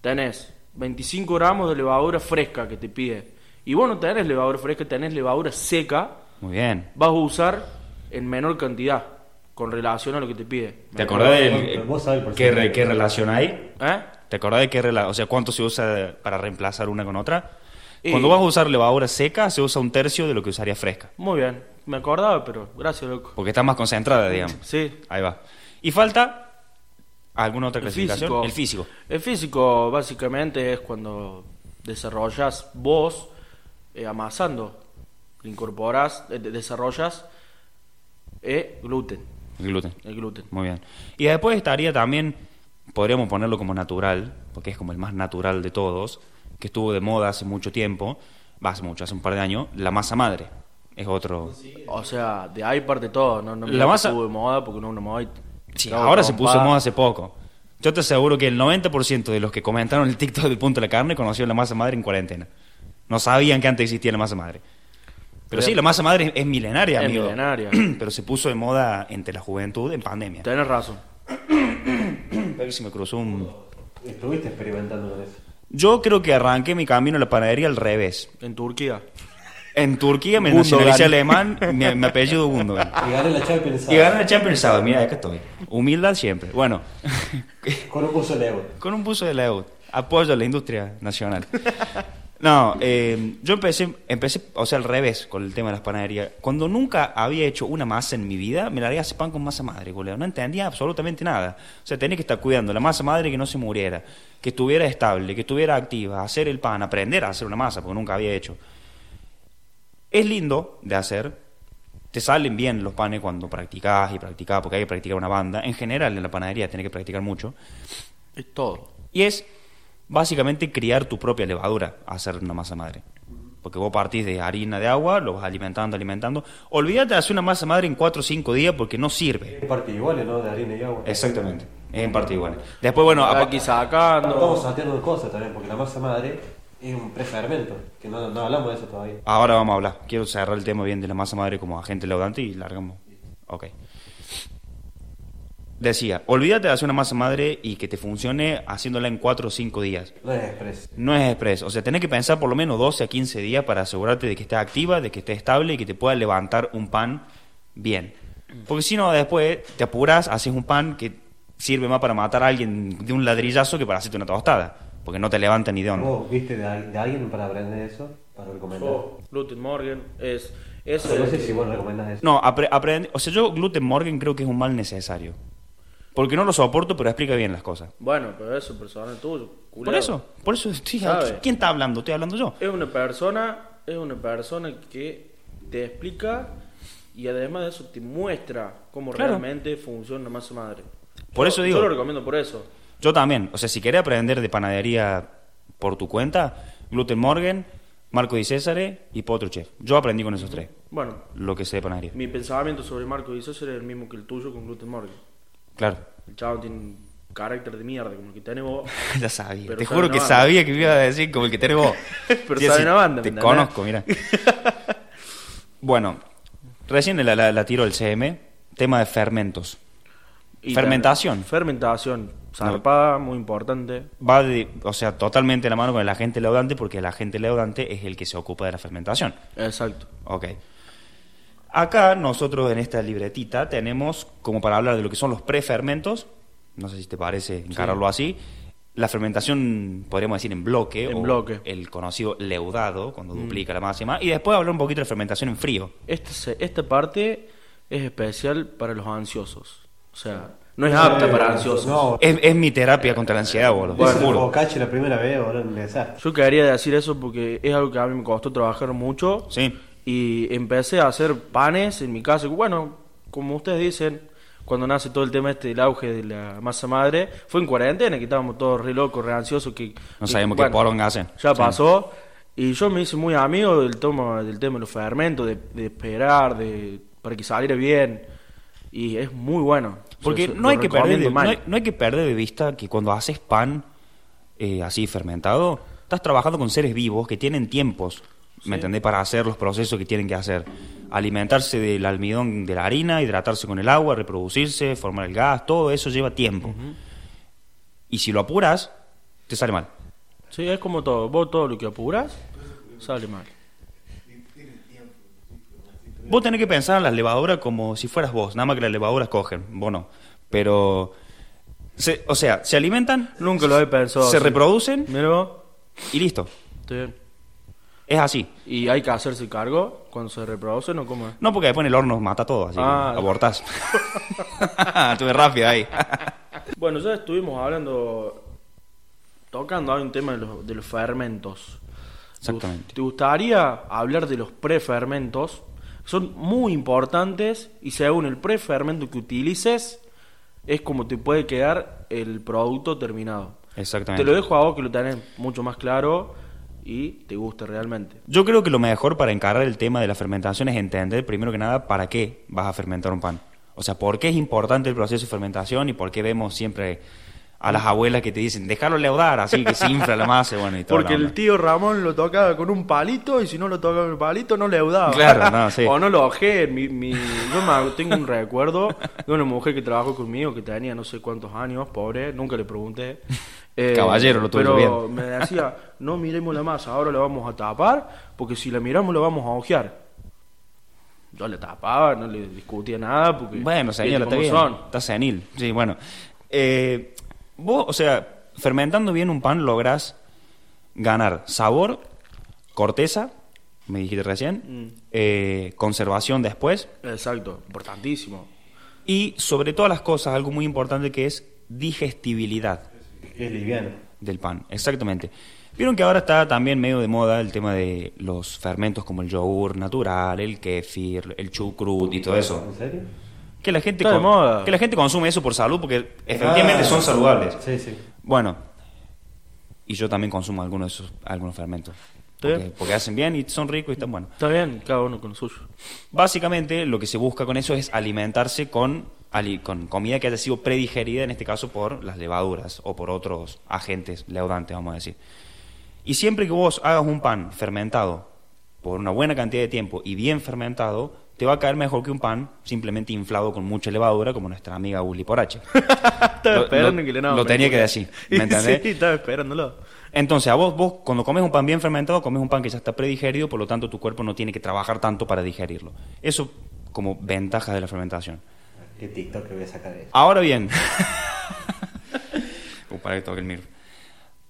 Speaker 2: Tenés 25 gramos de levadura fresca que te pide. Y vos no tenés levadura fresca, tenés levadura seca.
Speaker 1: Muy bien.
Speaker 2: Vas a usar en menor cantidad con relación a lo que te pide.
Speaker 1: ¿Te acordás
Speaker 3: Pero vos sabés
Speaker 1: del
Speaker 3: por
Speaker 1: qué,
Speaker 3: qué.
Speaker 1: re- qué relación hay?
Speaker 2: ¿Eh?
Speaker 1: ¿Te acordás de qué relación? O sea, ¿cuánto se usa para reemplazar una con otra?
Speaker 2: Y-
Speaker 1: Cuando vas a usar levadura seca, se usa un tercio de lo que usaría fresca.
Speaker 2: Muy bien, me acordaba, pero gracias, loco.
Speaker 1: Porque está más concentrada, digamos.
Speaker 2: Sí,
Speaker 1: Ahí va. Y falta alguna otra
Speaker 2: El
Speaker 1: clasificación.
Speaker 2: físico.
Speaker 1: El físico.
Speaker 2: El físico básicamente es cuando desarrollas vos eh, amasando, incorporas, desarrollas eh, gluten,
Speaker 1: El gluten.
Speaker 2: el gluten.
Speaker 1: Muy bien. Y después estaría también, podríamos ponerlo como natural, porque es como el más natural de todos, que estuvo de moda hace mucho tiempo, va, hace mucho, hace un par de años, la masa madre. Es otro.
Speaker 2: O sea, de ahí parte todo, no, no me
Speaker 1: La masa-
Speaker 2: estuvo de moda porque no es una moda. y-
Speaker 1: Sí,
Speaker 2: Cago
Speaker 1: ahora se
Speaker 2: trompada.
Speaker 1: puso de moda hace poco. Yo te aseguro que el 90% de los que comentaron el TikTok del punto de la carne conocieron la masa madre en cuarentena. No sabían que antes existía la masa madre. Pero sí, la masa madre es, es milenaria,
Speaker 2: Es
Speaker 1: amigo.
Speaker 2: milenaria.
Speaker 1: *clears throat* Pero se puso de moda entre la juventud en pandemia.
Speaker 2: Tenés razón.
Speaker 1: Pero si me cruzó un...
Speaker 3: Estuviste experimentando con eso.
Speaker 1: Yo creo que arranqué mi camino a la panadería al revés.
Speaker 2: En Turquía.
Speaker 1: En Turquía me
Speaker 2: Gundogan.
Speaker 1: nacionalicé alemán, mi, mi apellido
Speaker 2: *laughs*
Speaker 1: Gundogan.
Speaker 3: Y gané la Champions
Speaker 1: Ah. Y gané la Champions el sábado, mira, acá estoy. Humildad siempre. Bueno,
Speaker 3: con un buzo de euro.
Speaker 1: Con un buzo de la EU. Apoyo a la industria nacional. *laughs* No, eh, yo empecé, empecé, o sea, al revés con el tema de las panaderías. Cuando nunca había hecho una masa en mi vida, me la haría hacer pan con masa madre, boludo. No entendía absolutamente nada. O sea, tenía que estar cuidando la masa madre que no se muriera, que estuviera estable, que estuviera activa, hacer el pan, aprender a hacer una masa, porque nunca había hecho. Es lindo de hacer. Te salen bien los panes cuando practicás y practicás, porque hay que practicar una banda. En general, en la panadería tenés que practicar mucho.
Speaker 2: Es todo.
Speaker 1: Y es básicamente criar tu propia levadura, hacer una masa madre. Porque vos partís de harina de agua, lo vas alimentando, alimentando. Olvídate de hacer una masa madre en 4 o 5 días porque no sirve.
Speaker 3: En parte iguales, ¿no? De harina y agua.
Speaker 1: Exactamente. Es en parte igual. Después, bueno, apa-
Speaker 2: Aquí sacando.
Speaker 3: Estamos salteando de cosas también, porque la masa madre es un prefermento, que no, no hablamos de eso todavía.
Speaker 1: ahora vamos a hablar. Quiero cerrar el tema bien de la masa madre como agente laudante y largamos. Ok. Decía, olvídate de hacer una masa madre y que te funcione haciéndola en 4 o 5 días.
Speaker 3: No es express.
Speaker 1: No es express. O sea, tenés que pensar por lo menos 12 a 15 días para asegurarte de que estés activa, de que estés estable y que te puedas levantar un pan bien. Porque si no, después te apuras, haces un pan que sirve más para matar a alguien de un ladrillazo que para hacerte una tostada. Porque no te levanta ni de onda.
Speaker 3: ¿Vos viste de, al- de alguien para aprender eso? Para recomendar.
Speaker 2: Oh, Gluten Morgan. Es. es
Speaker 3: Pero no sé si vos recomendás eso.
Speaker 1: No, apre- aprende. O sea, yo gluten morgan creo que es un mal necesario. Porque no lo soporto, pero explica bien las cosas.
Speaker 2: Bueno, pero eso es personal tuyo.
Speaker 1: Por
Speaker 2: culiao.
Speaker 1: eso, por eso, estoy-
Speaker 2: Sabe.
Speaker 1: ¿quién está hablando? Estoy hablando yo.
Speaker 2: Es una persona, es una persona que te explica y además de eso te muestra cómo
Speaker 1: Claro.
Speaker 2: realmente funciona la masa madre.
Speaker 1: Por
Speaker 2: Yo-
Speaker 1: eso digo.
Speaker 2: Yo lo recomiendo por eso.
Speaker 1: Yo también. O sea, si querés aprender de panadería por tu cuenta, Gluten Morgan, Marco Di Césare y Potruchev. Yo aprendí con esos tres,
Speaker 2: Bueno,
Speaker 1: lo que sé de panadería.
Speaker 2: mi pensamiento sobre Marco Di César es el mismo que el tuyo con Gluten Morgan.
Speaker 1: Claro. *laughs*
Speaker 2: El chavo tiene un carácter de mierda como el que tenés vos.
Speaker 1: ya sabía.
Speaker 2: Pero
Speaker 1: te
Speaker 2: sabe
Speaker 1: juro
Speaker 2: una
Speaker 1: que
Speaker 2: banda.
Speaker 1: sabía que me iba a decir como el que tenés vos.
Speaker 2: *laughs* Pero
Speaker 1: Sí,
Speaker 2: sabe
Speaker 1: sí,
Speaker 2: una banda,
Speaker 1: Te
Speaker 2: ¿me entendés?
Speaker 1: conozco, mira.
Speaker 2: *laughs*
Speaker 1: bueno, recién la, la, la tiro el CM. Tema de fermentos.
Speaker 2: Y
Speaker 1: Fermentación.
Speaker 2: también- fermentación. Zarpada, muy importante.
Speaker 1: va de, o sea, totalmente de la mano con el agente laudante porque el agente laudante es el que se ocupa de la fermentación.
Speaker 2: Exacto.
Speaker 1: Ok. Acá nosotros en esta libretita tenemos como para hablar de lo que son los prefermentos, no sé si te parece encararlo así, la fermentación podríamos decir en bloque
Speaker 2: En
Speaker 1: o
Speaker 2: bloque. Mm.
Speaker 1: el conocido leudado cuando duplica la máxima y después hablar un poquito de fermentación en frío.
Speaker 2: Este se- esta parte es especial para los ansiosos. O sea, no es apta para ansiosos.
Speaker 3: No,
Speaker 1: Es, es mi terapia contra la ansiedad, boludo. te
Speaker 3: bueno,
Speaker 1: juro.
Speaker 3: bocache la primera vez, boludo, un desastre.
Speaker 2: Yo quería decir eso porque es algo que a mí me costó trabajar mucho.
Speaker 1: Sí.
Speaker 2: Y empecé a hacer panes en mi casa. Bueno, como ustedes dicen, cuando nace todo el tema este del auge de la masa madre, fue en cuarentena que estábamos todos re locos, re ansiosos. Que,
Speaker 1: No
Speaker 2: que-
Speaker 1: sabemos qué
Speaker 2: bueno,
Speaker 1: poronga hacen.
Speaker 2: Ya
Speaker 1: Sí.
Speaker 2: pasó. Y yo me hice muy amigo del, tema del tema de los fermentos, de, de esperar, de para que saliera bien. Y es muy bueno.
Speaker 1: Porque
Speaker 2: Yo- yo
Speaker 1: no, hay
Speaker 2: lo
Speaker 1: que perder de,
Speaker 2: recomiendo mal.
Speaker 1: no hay- no hay que perder de vista que cuando haces pan eh, así fermentado, estás trabajando con seres vivos que tienen tiempos, ¿me entendés? Para hacer los procesos que tienen que hacer. Alimentarse del almidón de la harina, hidratarse con el agua, reproducirse, formar el gas, todo eso lleva tiempo. Y si lo apuras, te sale mal.
Speaker 2: Sí, es como todo. Vos todo lo que apuras sale mal.
Speaker 1: Vos tenés que pensar en las levaduras como si fueras vos, nada más que las levaduras cogen, vos no. Pero, se- o sea, se alimentan,
Speaker 2: Nunca lo he pensado.
Speaker 1: se
Speaker 2: así.
Speaker 1: reproducen
Speaker 2: Mira vos.
Speaker 1: y listo.
Speaker 2: Está bien.
Speaker 1: Es así.
Speaker 2: Y hay que hacerse cargo cuando se reproducen o cómo es.
Speaker 1: No, porque después en el horno mata todo, así
Speaker 2: Ah.
Speaker 1: que abortás. *laughs* Estuve rápido ahí. *laughs*
Speaker 2: Bueno, ya estuvimos hablando, tocando ahora un tema de los, de los fermentos.
Speaker 1: Exactamente.
Speaker 2: ¿Te gustaría hablar de los prefermentos? Son muy importantes y según el prefermento que utilices, es como te puede quedar el producto terminado.
Speaker 1: Exactamente.
Speaker 2: Te lo dejo a vos que lo tenés mucho más claro y te gusta realmente.
Speaker 1: Yo creo que lo mejor para encarar el tema de la fermentación es entender, primero que nada, para qué vas a fermentar un pan. O sea, por qué es importante el proceso de fermentación y por qué vemos siempre a las abuelas que te dicen, dejarlo leudar, así que se infla la masa, bueno, y todo.
Speaker 2: Porque el tío Ramón lo tocaba con un palito y si no lo tocaba con el palito no leudaba.
Speaker 1: Claro, no, sí.
Speaker 2: o no lo ojé. Mi, mi- yo me- tengo un recuerdo de una mujer que trabajó conmigo que tenía no sé cuántos años, pobre, nunca le pregunté. Eh,
Speaker 1: *laughs* Caballero, lo tuvo
Speaker 2: Pero
Speaker 1: bien.
Speaker 2: me decía, no miremos la masa, ahora la vamos a tapar porque si la miramos la vamos a ojear. Yo le tapaba, no le discutía nada porque...
Speaker 1: Bueno,
Speaker 2: ¿viste
Speaker 1: señora, está
Speaker 2: este cómo
Speaker 1: bien.
Speaker 2: son?
Speaker 1: Está senil. Sí, bueno. Eh, vos, o sea, fermentando bien un pan lográs ganar sabor, corteza, me dijiste recién,
Speaker 2: Mm.
Speaker 1: eh, conservación después
Speaker 2: Exacto, importantísimo.
Speaker 1: y sobre todas las cosas algo muy importante que es digestibilidad
Speaker 3: Que es liviano.
Speaker 1: del pan. Exactamente. Vieron que ahora está también medio de moda el tema de los fermentos como el yogur natural, el kefir, el chucrut y todo eso.
Speaker 3: ¿En serio?
Speaker 1: Que la gente
Speaker 2: Está de
Speaker 1: con-
Speaker 2: moda.
Speaker 1: que la gente consume eso por salud porque efectivamente
Speaker 3: Ah,
Speaker 1: son saludables.
Speaker 3: Sí, sí.
Speaker 1: Bueno, y yo también consumo algunos de esos algunos fermentos. Porque, porque hacen bien y son ricos y están buenos.
Speaker 2: Está bien, cada uno con lo suyo.
Speaker 1: Básicamente lo que se busca con eso es alimentarse con, ali- con comida que haya sido predigerida, en este caso por las levaduras o por otros agentes leudantes, vamos a decir. Y siempre que vos hagas un pan fermentado por una buena cantidad de tiempo y bien fermentado, te va a caer mejor que un pan simplemente inflado con mucha levadura, como nuestra amiga Uli Porache.
Speaker 2: estaba
Speaker 1: Lo-
Speaker 2: esperando
Speaker 1: lo-
Speaker 2: que le
Speaker 1: lo tenía que decir,
Speaker 2: *laughs*
Speaker 1: ¿me entendés?
Speaker 2: sí, estaba esperándolo.
Speaker 1: Entonces, a vos, vos cuando comes un pan bien fermentado, comes un pan que ya está predigerido, por lo tanto tu cuerpo no tiene que trabajar tanto para digerirlo. Eso como ventaja de la fermentación.
Speaker 3: Qué TikTok que voy a sacar de esto.
Speaker 1: Ahora bien, *laughs* Uh, para que toque el micro.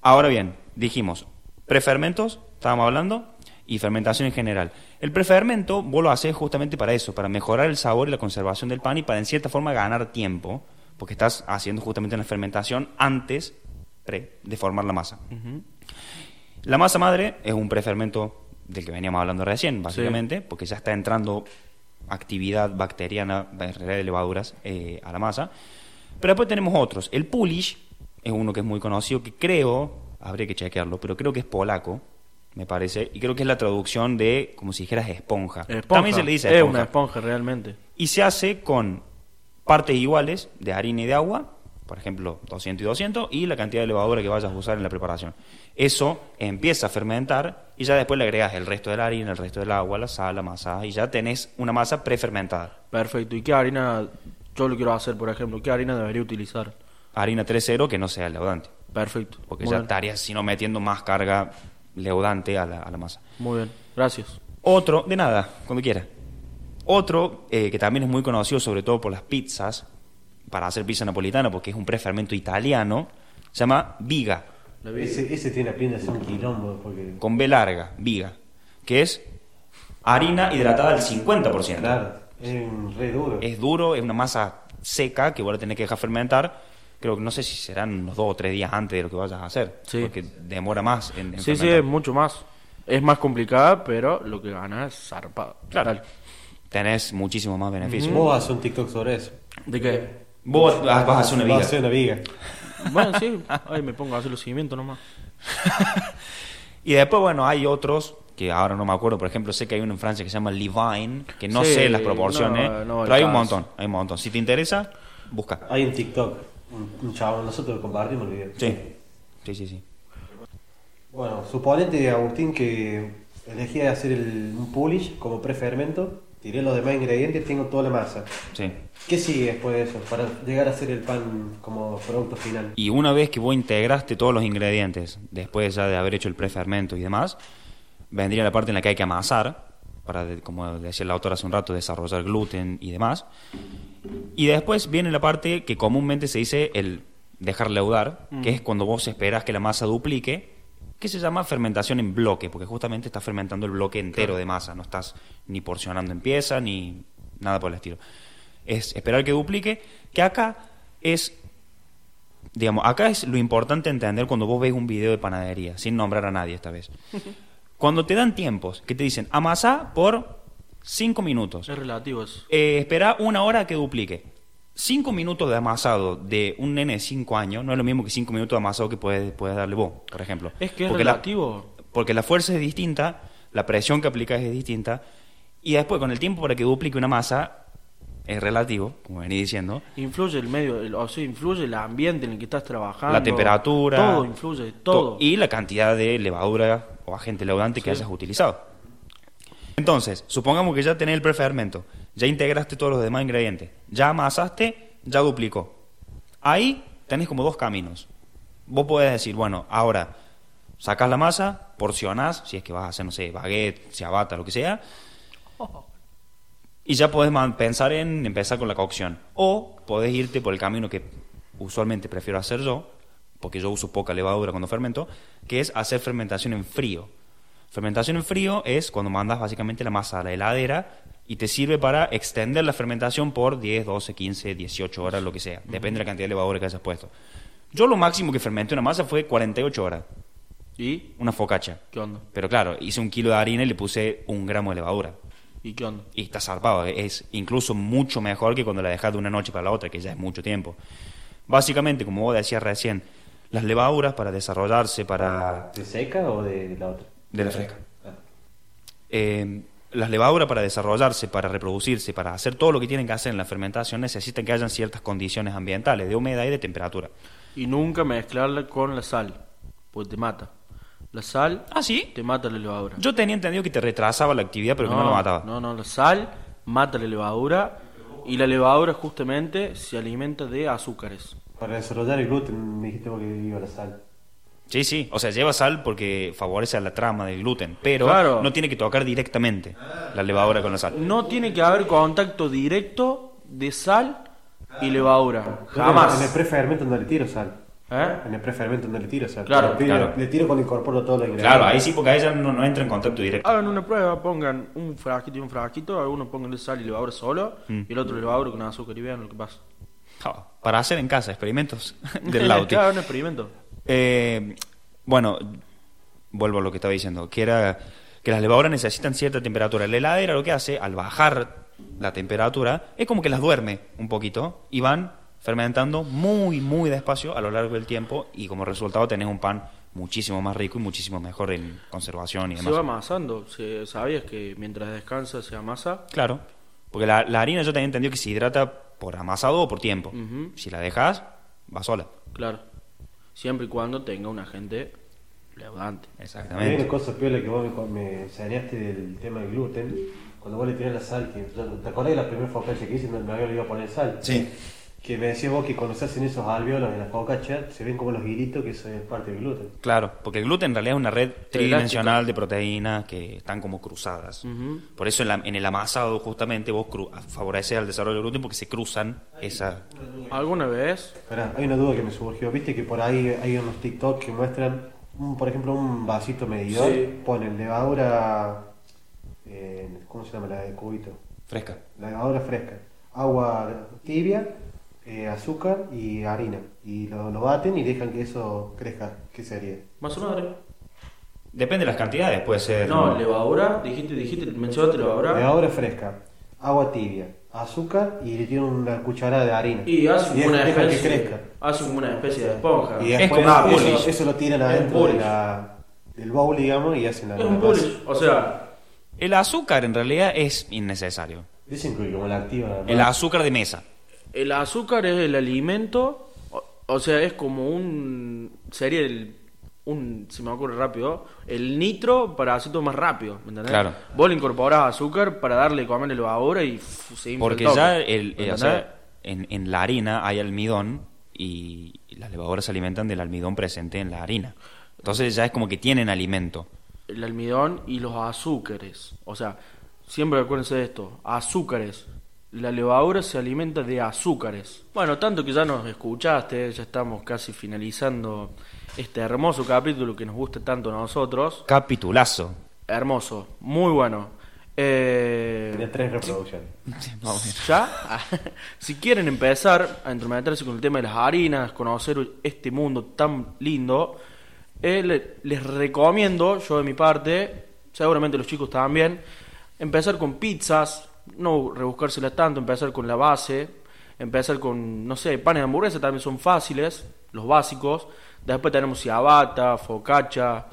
Speaker 1: Ahora bien, dijimos, prefermentos, estábamos hablando, y fermentación en general. El prefermento vos lo haces justamente para eso, para mejorar el sabor y la conservación del pan y para en cierta forma ganar tiempo, porque estás haciendo justamente la fermentación antes pre, de formar la masa. La masa madre es un prefermento del que veníamos hablando recién, básicamente, porque ya está entrando actividad bacteriana, en realidad de levaduras, eh, a la masa. Pero después tenemos otros. El Pulish es uno que es muy conocido, que creo, habría que chequearlo, pero creo que es polaco, me parece, y creo que es la traducción de, como si dijeras, esponja.
Speaker 2: Esponja.
Speaker 1: También se le dice
Speaker 2: Es
Speaker 1: esponja.
Speaker 2: una esponja realmente.
Speaker 1: Y se hace con partes iguales de harina y de agua, por ejemplo, 200 y 200, y la cantidad de levadura que vayas a usar en la preparación. Eso empieza a fermentar y ya después le agregas el resto de la harina, el resto del agua, la sal, la masa, y ya tenés una masa prefermentada.
Speaker 2: Perfecto. ¿Y qué harina yo lo quiero hacer, por ejemplo? ¿Qué harina debería utilizar?
Speaker 1: Harina 3.0 que no sea leudante,
Speaker 2: Perfecto.
Speaker 1: porque
Speaker 2: Muy
Speaker 1: ya
Speaker 2: bien.
Speaker 1: estarías sino metiendo más carga leudante a la- a la masa.
Speaker 2: Muy bien. Gracias.
Speaker 1: Otro, de nada, cuando quiera. Otro eh, que también es muy conocido, sobre todo por las pizzas, para hacer pizza napolitana, porque es un prefermento italiano, se llama viga,
Speaker 3: Ese, ese tiene la pinta de ser un quilombo porque.
Speaker 1: con B larga, viga, que es harina hidratada al 50%.
Speaker 3: Claro, es un re duro.
Speaker 1: Es duro, es una masa seca que voy a tener que dejar fermentar. Creo que no sé si serán unos dos o tres días antes de lo que vayas a hacer,
Speaker 2: Sí.
Speaker 1: porque demora más en, en
Speaker 2: Sí, sí,
Speaker 1: fermentar.
Speaker 2: es mucho más. Es más complicada, pero lo que gana es zarpado.
Speaker 1: Claro.
Speaker 2: Dale.
Speaker 1: Tenés muchísimo más beneficio.
Speaker 3: Vos haces un TikTok sobre eso.
Speaker 2: ¿De qué?
Speaker 1: Vos vas a hacer una
Speaker 3: Vas a
Speaker 1: viga.
Speaker 3: hacer una viga.
Speaker 2: Bueno, sí. Ay, me pongo a hacer los seguimientos nomás.
Speaker 1: Y después, bueno, hay otros que ahora no me acuerdo, por ejemplo, sé que hay uno en Francia que se llama Levine, que no
Speaker 2: Sí,
Speaker 1: sé las proporciones,
Speaker 2: no, no
Speaker 1: pero hay un
Speaker 2: alcanza.
Speaker 1: montón, hay un montón. Si te interesa, busca.
Speaker 3: Hay un TikTok, un, un chabón, nosotros lo compartimos el video.
Speaker 1: Sí, sí, sí, sí.
Speaker 3: Bueno, suponete, Agustín, que elegí hacer el, un polish como prefermento, tiré los demás ingredientes, tengo toda la masa.
Speaker 1: sí.
Speaker 3: ¿Qué sigue después de eso para llegar a hacer el pan como producto final?
Speaker 1: Y una vez que vos integraste todos los ingredientes, después ya de haber hecho el prefermento y demás, vendría la parte en la que hay que amasar, para, de- como decía el autor hace un rato, desarrollar gluten y demás. Y después viene la parte que comúnmente se dice el dejar leudar, que es cuando vos esperas que la masa duplique, que se llama fermentación en bloque, porque justamente estás fermentando el bloque entero de masa, no estás ni porcionando en piezas ni nada por el estilo. Es esperar que duplique, que acá es digamos, acá es lo importante entender cuando vos ves un video de panadería, sin nombrar a nadie esta vez. Cuando te dan tiempos, que te dicen, amasá por 5 minutos,
Speaker 2: Es relativo eso.
Speaker 1: eh, espera una hora que duplique. 5 minutos de amasado de un nene de 5 años no es lo mismo que 5 minutos de amasado que puedes, puedes darle vos, por ejemplo.
Speaker 2: Es que es
Speaker 1: Porque la-
Speaker 2: relativo.
Speaker 1: porque la fuerza es distinta, la presión que aplicas es distinta, y después con el tiempo para que duplique una masa es relativo, como venía diciendo,
Speaker 2: Influye el medio, el- o sea, influye el ambiente en el que estás trabajando.
Speaker 1: la temperatura.
Speaker 2: Todo influye, todo.
Speaker 1: To- Y la cantidad de levadura o agente leudante que hayas utilizado. Entonces, supongamos que ya tenés el prefermento, ya integraste todos los demás ingredientes, ya amasaste, ya duplicó. Ahí tenés como dos caminos. Vos podés decir, bueno, ahora sacás la masa, porcionás, si es que vas a hacer, no sé, baguette, ciabatta, lo que sea, y ya podés man- pensar en empezar con la cocción. O podés irte por el camino que usualmente prefiero hacer yo, porque yo uso poca levadura cuando fermento, que es hacer fermentación en frío. Fermentación en frío es cuando mandas básicamente la masa a la heladera y te sirve para extender la fermentación por 10, 12, 15, 18 horas, lo que sea. Depende de la cantidad de levadura que hayas puesto. Yo lo máximo que fermenté una masa fue 48 horas,
Speaker 2: ¿Y
Speaker 1: una focacha.
Speaker 2: qué onda?
Speaker 1: Pero claro, hice un kilo de harina y le puse un gramo de levadura.
Speaker 2: ¿Y qué onda?
Speaker 1: Y está zarpado. Es incluso mucho mejor que cuando la dejas de una noche para la otra, que ya es mucho tiempo. Básicamente, como vos decías recién, las levaduras para desarrollarse, para...
Speaker 3: ¿De seca o de la otra?
Speaker 1: de la fresca.
Speaker 3: Ah.
Speaker 1: Eh, las levaduras para desarrollarse, para reproducirse, para hacer todo lo que tienen que hacer en la fermentación necesitan que hayan ciertas condiciones ambientales, de humedad y de temperatura.
Speaker 2: Y nunca mezclarla con la sal, pues te mata. La sal
Speaker 1: ¿Ah, sí?
Speaker 2: te mata la levadura.
Speaker 1: Yo tenía entendido que te retrasaba la actividad, pero que no lo mataba.
Speaker 2: No, no, la sal mata la levadura y la levadura justamente se alimenta de azúcares.
Speaker 3: Para desarrollar el gluten me dijiste vos que iba la sal.
Speaker 1: Sí, sí. O sea, lleva sal porque favorece a la trama del gluten, pero
Speaker 2: Claro.
Speaker 1: no tiene que tocar directamente la levadura con la sal.
Speaker 2: No tiene que haber contacto directo de sal y levadura.
Speaker 3: En el
Speaker 2: Jamás.
Speaker 3: prefermento no le tiro sal.
Speaker 2: ¿Eh?
Speaker 3: En el prefermento no le tiro sal.
Speaker 2: Claro,
Speaker 3: le tiro,
Speaker 1: claro.
Speaker 3: le tiro cuando incorporo todo lo que
Speaker 1: Claro, ahí sí, porque a ella no, no entra en contacto directo.
Speaker 2: Hagan una prueba, pongan un frasquito y un frasquito, algunos pongan sal y levadura solo
Speaker 1: Mm.
Speaker 2: y el otro levadura con azúcar y vean lo que pasa.
Speaker 1: Ja, Ah, Para hacer en casa *laughs* experimentos
Speaker 2: *laughs*
Speaker 1: del lauti.
Speaker 2: Claro, un experimento.
Speaker 1: Eh, bueno, vuelvo a lo que estaba diciendo, que era que las levaduras necesitan cierta temperatura. La heladera lo que hace, al bajar la temperatura, es como que las duerme un poquito y van fermentando muy, muy despacio a lo largo del tiempo y como resultado tenés un pan muchísimo más rico y muchísimo mejor en conservación y
Speaker 2: Se va
Speaker 1: demás.
Speaker 2: amasando. Se- ¿Sabías que mientras descansa se amasa?
Speaker 1: Claro, porque la, la harina yo tenía entendido que se hidrata por amasado o por tiempo.
Speaker 2: Ujú.
Speaker 1: Si la dejas, va sola.
Speaker 2: Claro. Siempre y cuando tenga un agente leudante.
Speaker 3: Hay una
Speaker 1: Exactamente.
Speaker 3: cosa piola que vos me, me enseñaste del tema del gluten. Cuando vos le tirás la sal, que, ¿te acordás de la primera focaccia que hice donde me había olvidado poner sal?
Speaker 1: Sí.
Speaker 3: Que me decías vos que cuando se hacen esos alveolos en la focaccia, se ven como los hilitos que son parte del gluten.
Speaker 1: Claro, porque el gluten en realidad es una red tridimensional de proteínas que están como cruzadas.
Speaker 2: Ujú.
Speaker 1: Por eso en, la- en el amasado justamente vos cru- favoreces al desarrollo del gluten porque se cruzan esas...
Speaker 2: ¿Alguna vez?
Speaker 3: Pará, hay una duda que me surgió. Viste que por ahí hay unos TikTok que muestran, un- por ejemplo, un vasito medidor.
Speaker 2: Sí.
Speaker 3: Ponen levadura. eh, ¿Cómo se llama la de cubito?
Speaker 1: Fresca.
Speaker 3: La levadura fresca. Agua tibia, eh, azúcar y harina. Y lo, lo baten y dejan que eso crezca. ¿Qué sería?
Speaker 2: ¿Más o menos?
Speaker 1: Depende de las cantidades, puede ser...
Speaker 2: No, levadura. Dijiste, dijiste, mencionaste levadura.
Speaker 3: Levadura fresca, agua tibia, azúcar y le tiran una cucharada de harina.
Speaker 2: Y hace como
Speaker 3: dejan
Speaker 2: una
Speaker 3: dejan que
Speaker 2: especie,
Speaker 3: crezca.
Speaker 2: hace como una especie de esponja.
Speaker 3: Y
Speaker 1: Es
Speaker 3: después
Speaker 1: como un
Speaker 3: eso,
Speaker 1: polish.
Speaker 3: eso lo tiran
Speaker 2: Es un
Speaker 3: adentro de
Speaker 2: polish.
Speaker 3: la- del bowl, digamos, y hacen la
Speaker 2: Es un
Speaker 3: la masa.
Speaker 2: bullish. O sea,
Speaker 1: El azúcar en realidad es innecesario.
Speaker 3: Dicen que como la activa.
Speaker 1: El azúcar de mesa.
Speaker 2: el azúcar es el alimento. O, o sea, es como un. Sería el. Un, se me ocurre rápido, el nitro para hacerlo más rápido, ¿me entendés?
Speaker 1: Claro.
Speaker 2: Vos le incorporás azúcar para darle comer levadura y fu, se infla el
Speaker 1: Porque
Speaker 2: toque,
Speaker 1: ya el,
Speaker 2: ¿me
Speaker 1: eh, o
Speaker 2: entendés?
Speaker 1: sea, en, en la harina hay almidón y las levaduras se alimentan del almidón presente en la harina. Entonces ya es como que tienen alimento.
Speaker 2: el almidón y los azúcares. O sea, siempre acuérdense de esto, azúcares. La levadura se alimenta de azúcares. Bueno, tanto que ya nos escuchaste, ya estamos casi finalizando este hermoso capítulo que nos gusta tanto a nosotros.
Speaker 1: Capitulazo.
Speaker 2: Hermoso, muy bueno. Eh,
Speaker 3: Tiene tres reproducciones.
Speaker 1: Vamos.
Speaker 2: ya, ah, *laughs* si quieren empezar a entrometerse con el tema de las harinas, conocer este mundo tan lindo, eh, le- les recomiendo, yo de mi parte, seguramente los chicos también, empezar con pizzas, no rebuscárselas tanto, empezar con la base, empezar con, no sé, panes de hamburguesa también son fáciles, los básicos. Después tenemos ciabatta, focaccia,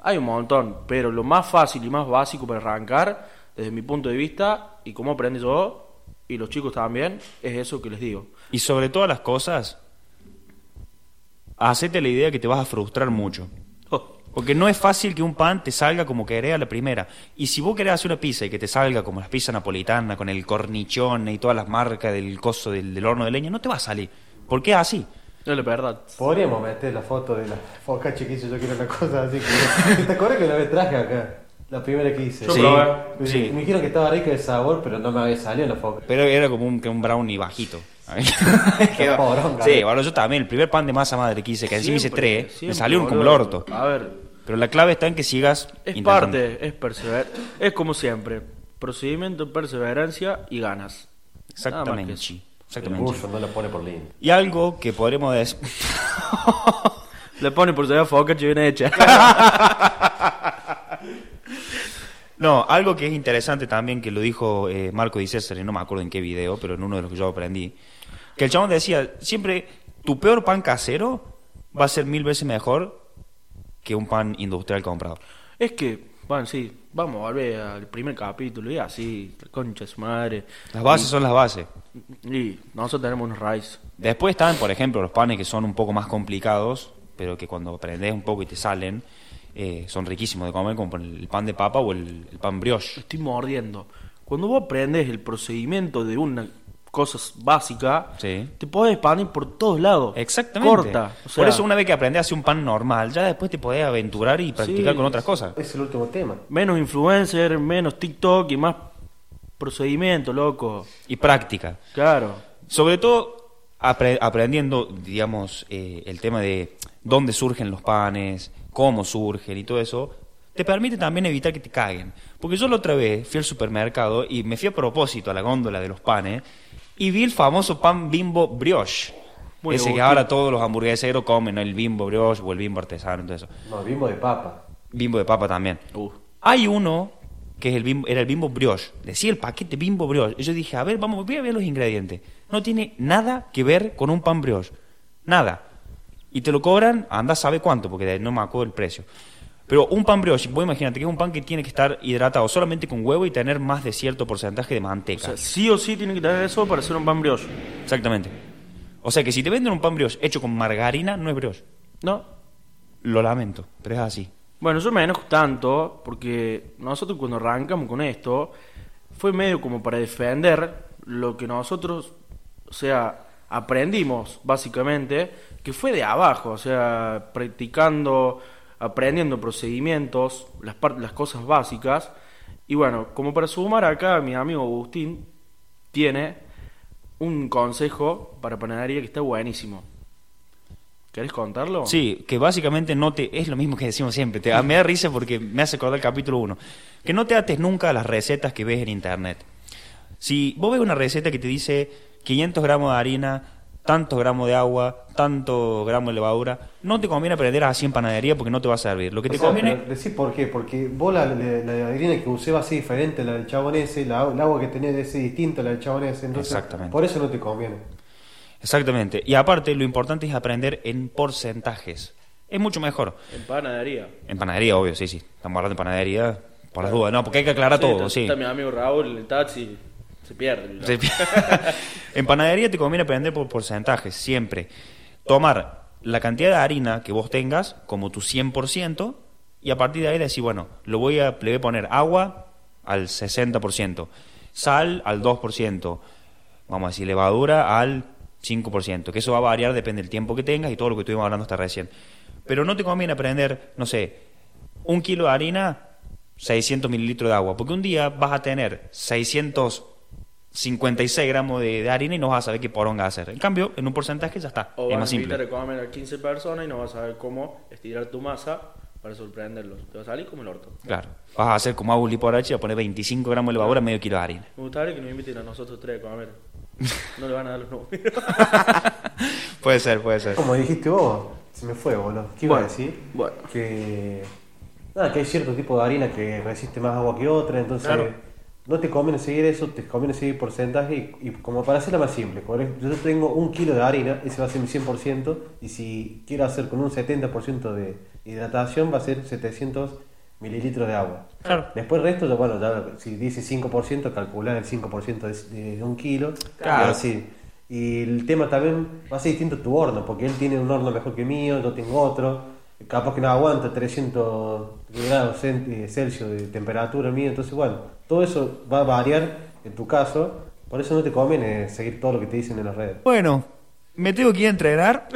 Speaker 2: hay un montón, pero lo más fácil y más básico para arrancar, desde mi punto de vista, y como aprendí yo, y los chicos también, es eso que les digo.
Speaker 1: Y sobre todas las cosas, hacete la idea que te vas a frustrar mucho.
Speaker 2: Oh,
Speaker 1: Porque no es fácil que un pan te salga como querés a la primera. Y si vos querés hacer una pizza y que te salga como las pizzas napolitanas, con el cornichón y todas las marcas del coso del, del horno de leña, no te va a salir. Porque es así.
Speaker 2: no es la verdad.
Speaker 3: Podríamos meter la foto de la foca chiquillo, yo quiero una cosa así que. *laughs* ¿Te acuerdas que la vez traje acá? La primera que hice.
Speaker 2: Yo
Speaker 1: Sí.
Speaker 2: probé.
Speaker 3: Me,
Speaker 1: sí.
Speaker 3: me dijeron que estaba rico de sabor, pero no me había salido la foca.
Speaker 1: Pero era como un, que un brownie bajito.
Speaker 2: *laughs*
Speaker 1: Quedó-
Speaker 3: poronga,
Speaker 1: sí,
Speaker 3: eh.
Speaker 1: bueno, yo también. El primer pan de masa madre que hice, que encima hice
Speaker 2: Siempre,
Speaker 1: tres, ¿eh? me
Speaker 2: siempre,
Speaker 1: salieron como el
Speaker 2: boludo.
Speaker 1: orto.
Speaker 2: A ver,
Speaker 1: Pero la clave está en que sigas
Speaker 2: Es
Speaker 1: intentando.
Speaker 2: parte, es perseverar. Es como siempre. Procedimiento, perseverancia y ganas. Nada más que
Speaker 1: Exactamente.
Speaker 2: eso.
Speaker 1: Exactamente.
Speaker 3: no lo pone por link.
Speaker 1: Y algo que podremos decir.
Speaker 2: Le pone por ser foca bien hecha.
Speaker 1: *laughs* No, algo que es interesante también que lo dijo eh, Marco Di César, y no me acuerdo en qué video, pero en uno de los que yo aprendí, que el chabón decía, siempre tu peor pan casero va a ser mil veces mejor que un pan industrial comprado.
Speaker 2: *laughs* Es que, bueno, sí, vamos a volver al primer capítulo y así, la concha de su madre.
Speaker 1: Las bases son las bases.
Speaker 2: Y nosotros tenemos unos rice.
Speaker 1: Después están, por ejemplo, los panes que son un poco más complicados, pero que cuando aprendes un poco y te salen, eh, son riquísimos de comer, como el pan de papa o el, el pan brioche.
Speaker 2: Estoy mordiendo. Cuando vos aprendes el procedimiento de una cosa básica,
Speaker 1: Sí.
Speaker 2: te podés expandir por todos lados.
Speaker 1: Exactamente.
Speaker 2: Corta. O sea,
Speaker 1: Por eso una vez que aprendes a hacer un pan normal, ya después te podés aventurar y practicar
Speaker 2: Sí.
Speaker 1: con otras cosas.
Speaker 3: Es el último tema.
Speaker 2: menos influencer, menos TikTok y más procedimiento, loco.
Speaker 1: Y práctica.
Speaker 2: Claro.
Speaker 1: Sobre todo apre- aprendiendo, digamos, eh, el tema de dónde surgen los panes, cómo surgen y todo eso, te permite también evitar que te caguen. Porque yo la otra vez fui al supermercado y me fui a propósito a la góndola de los panes y vi el famoso pan bimbo brioche.
Speaker 2: Muy
Speaker 1: ese que
Speaker 2: útil.
Speaker 1: ahora todos los hamburgueseros comen, ¿no? el bimbo brioche o el bimbo artesano, todo eso.
Speaker 3: No, vimos de papa.
Speaker 1: Bimbo de papa también.
Speaker 2: Uh.
Speaker 1: Hay uno que es el bimbo, era el bimbo brioche. Decía el paquete bimbo brioche. Y yo dije, a ver, vamos, voy a ver los ingredientes. No tiene nada que ver con un pan brioche. Nada. Y te lo cobran, anda sabe cuánto, porque de- no me acuerdo el precio. Pero un pan brioche, vos imagínate que es un pan que tiene que estar hidratado solamente con huevo y tener más de cierto porcentaje de
Speaker 2: O
Speaker 1: manteca.
Speaker 2: sea, sí o sí tiene que tener eso para hacer un pan brioche.
Speaker 1: Exactamente. O sea que si te venden un pan brioche hecho con margarina, no es brioche.
Speaker 2: ¿No?
Speaker 1: Lo lamento, pero es así.
Speaker 2: Bueno, yo me enojo tanto porque nosotros cuando arrancamos con esto fue medio como para defender lo que nosotros, o sea, aprendimos básicamente, que fue de abajo, o sea, practicando, aprendiendo procedimientos, las, par- las cosas básicas. Y bueno, como para sumar acá, mi amigo Agustín tiene un consejo para panadería que está buenísimo. ¿Querés contarlo?
Speaker 1: Sí, que básicamente no te. Es lo mismo que decimos siempre. Te, me da risa porque me hace acordar el capítulo 1. Que no te ates nunca a las recetas que ves en internet. Si vos ves una receta que te dice 500 gramos de harina, tantos gramos de agua, tantos gramos de levadura, no te conviene aprender a 100 panadería porque no te va a servir. Lo que te
Speaker 3: O sea,
Speaker 1: conviene.
Speaker 3: pero Decí por qué, porque vos la, la, la harina que usé va a ser diferente a la del chabón ese, la, el agua que tenés es distinta a la del chabón ese, entonces
Speaker 1: Exactamente.
Speaker 3: por eso no te conviene.
Speaker 1: Exactamente. Y aparte, lo importante es aprender en porcentajes. Es mucho mejor.
Speaker 2: En panadería.
Speaker 1: En panadería, obvio, sí, sí. Estamos hablando de panadería. Por las dudas, no, porque hay que aclarar todo,
Speaker 2: está-
Speaker 1: sí.
Speaker 2: Está mi amigo Raúl en el taxi, se pierde. ¿no?
Speaker 1: Se pi- *laughs* en panadería te conviene aprender por porcentajes, siempre. Tomar la cantidad de harina que vos tengas como tu 100% y a partir de ahí decir, bueno, lo voy a, le voy a poner agua al 60%, sal al 2%, vamos a decir levadura al 5%, que eso va a variar depende del tiempo que tengas y todo lo que estuvimos hablando hasta recién. Pero no te conviene aprender, no sé, un kilo de harina, 600 mililitros de agua. Porque un día vas a tener 656 gramos de, de harina y no vas a saber qué poronga hacer. En cambio, en un porcentaje ya está.
Speaker 2: O
Speaker 1: es
Speaker 2: vas
Speaker 1: más
Speaker 2: a invitar a
Speaker 1: simple.
Speaker 2: comer a 15 personas y no vas a saber cómo estirar tu masa para sorprenderlos. Te va a salir como el orto.
Speaker 1: Claro. Vas a hacer como hago Liporachi, a poner 25 gramos de levadura, medio kilo de harina.
Speaker 2: Me gustaría que nos inviten a nosotros tres a
Speaker 1: *laughs*
Speaker 2: comer. No le van a dar los números.
Speaker 1: Puede ser, puede ser.
Speaker 3: Como dijiste vos, se me fue, boludo. ¿Qué iba a
Speaker 2: Bueno,
Speaker 3: decir?
Speaker 2: bueno.
Speaker 3: Que, nada, que hay cierto tipo de harina que resiste más agua que otra, entonces
Speaker 2: Claro.
Speaker 3: no te conviene seguir eso, te conviene seguir porcentaje y, y como para hacerla más simple, por ejemplo, yo tengo un kilo de harina, ese va a ser mi 100% y si quiero hacer con un 70% de hidratación va a ser 700 mililitros de agua.
Speaker 1: Claro.
Speaker 3: Después el resto, ya, bueno, ya, si dice 5%, calcular el 5% de, de un kilo.
Speaker 1: Claro.
Speaker 3: Y así. Y el tema también va a ser distinto tu horno, porque él tiene un horno mejor que mío, yo tengo otro. Capaz que no aguanta 300 grados cen- eh, Celsius de temperatura mía, entonces bueno, todo eso va a variar en tu caso, por eso no te conviene seguir todo lo que te dicen en las redes.
Speaker 1: Bueno, me tengo que ir a
Speaker 2: *laughs*
Speaker 1: entrenar.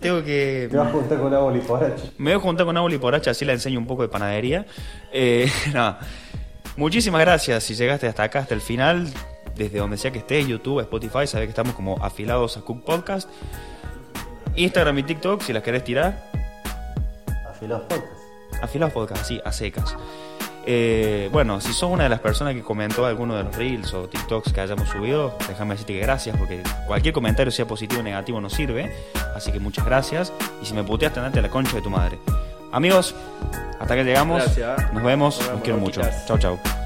Speaker 1: tengo que.
Speaker 3: Te vas a juntar con agua liporacha.
Speaker 1: Me voy a juntar con Auli Poracha, así le enseño un poco de panadería. Eh, *laughs* nada. Muchísimas gracias si llegaste hasta acá, hasta el final. Desde donde sea que estés, YouTube, Spotify, sabes que estamos como afilados a Cook Podcast. Instagram y TikTok, si las querés tirar.
Speaker 3: Afilados podcasts.
Speaker 1: Afilados Podcast, así, a secas. Eh, bueno, si sos una de las personas que comentó alguno de los reels o TikToks que hayamos subido, déjame decirte que gracias, porque cualquier comentario, sea positivo o negativo, nos sirve. Así que muchas gracias. Y si me puteaste, andate a la concha de tu madre. Amigos, hasta que llegamos.
Speaker 2: Gracias.
Speaker 1: Nos vemos.
Speaker 2: Nos vemos,
Speaker 1: Los quiero mucho.
Speaker 2: loquitas.
Speaker 1: Chau, chau.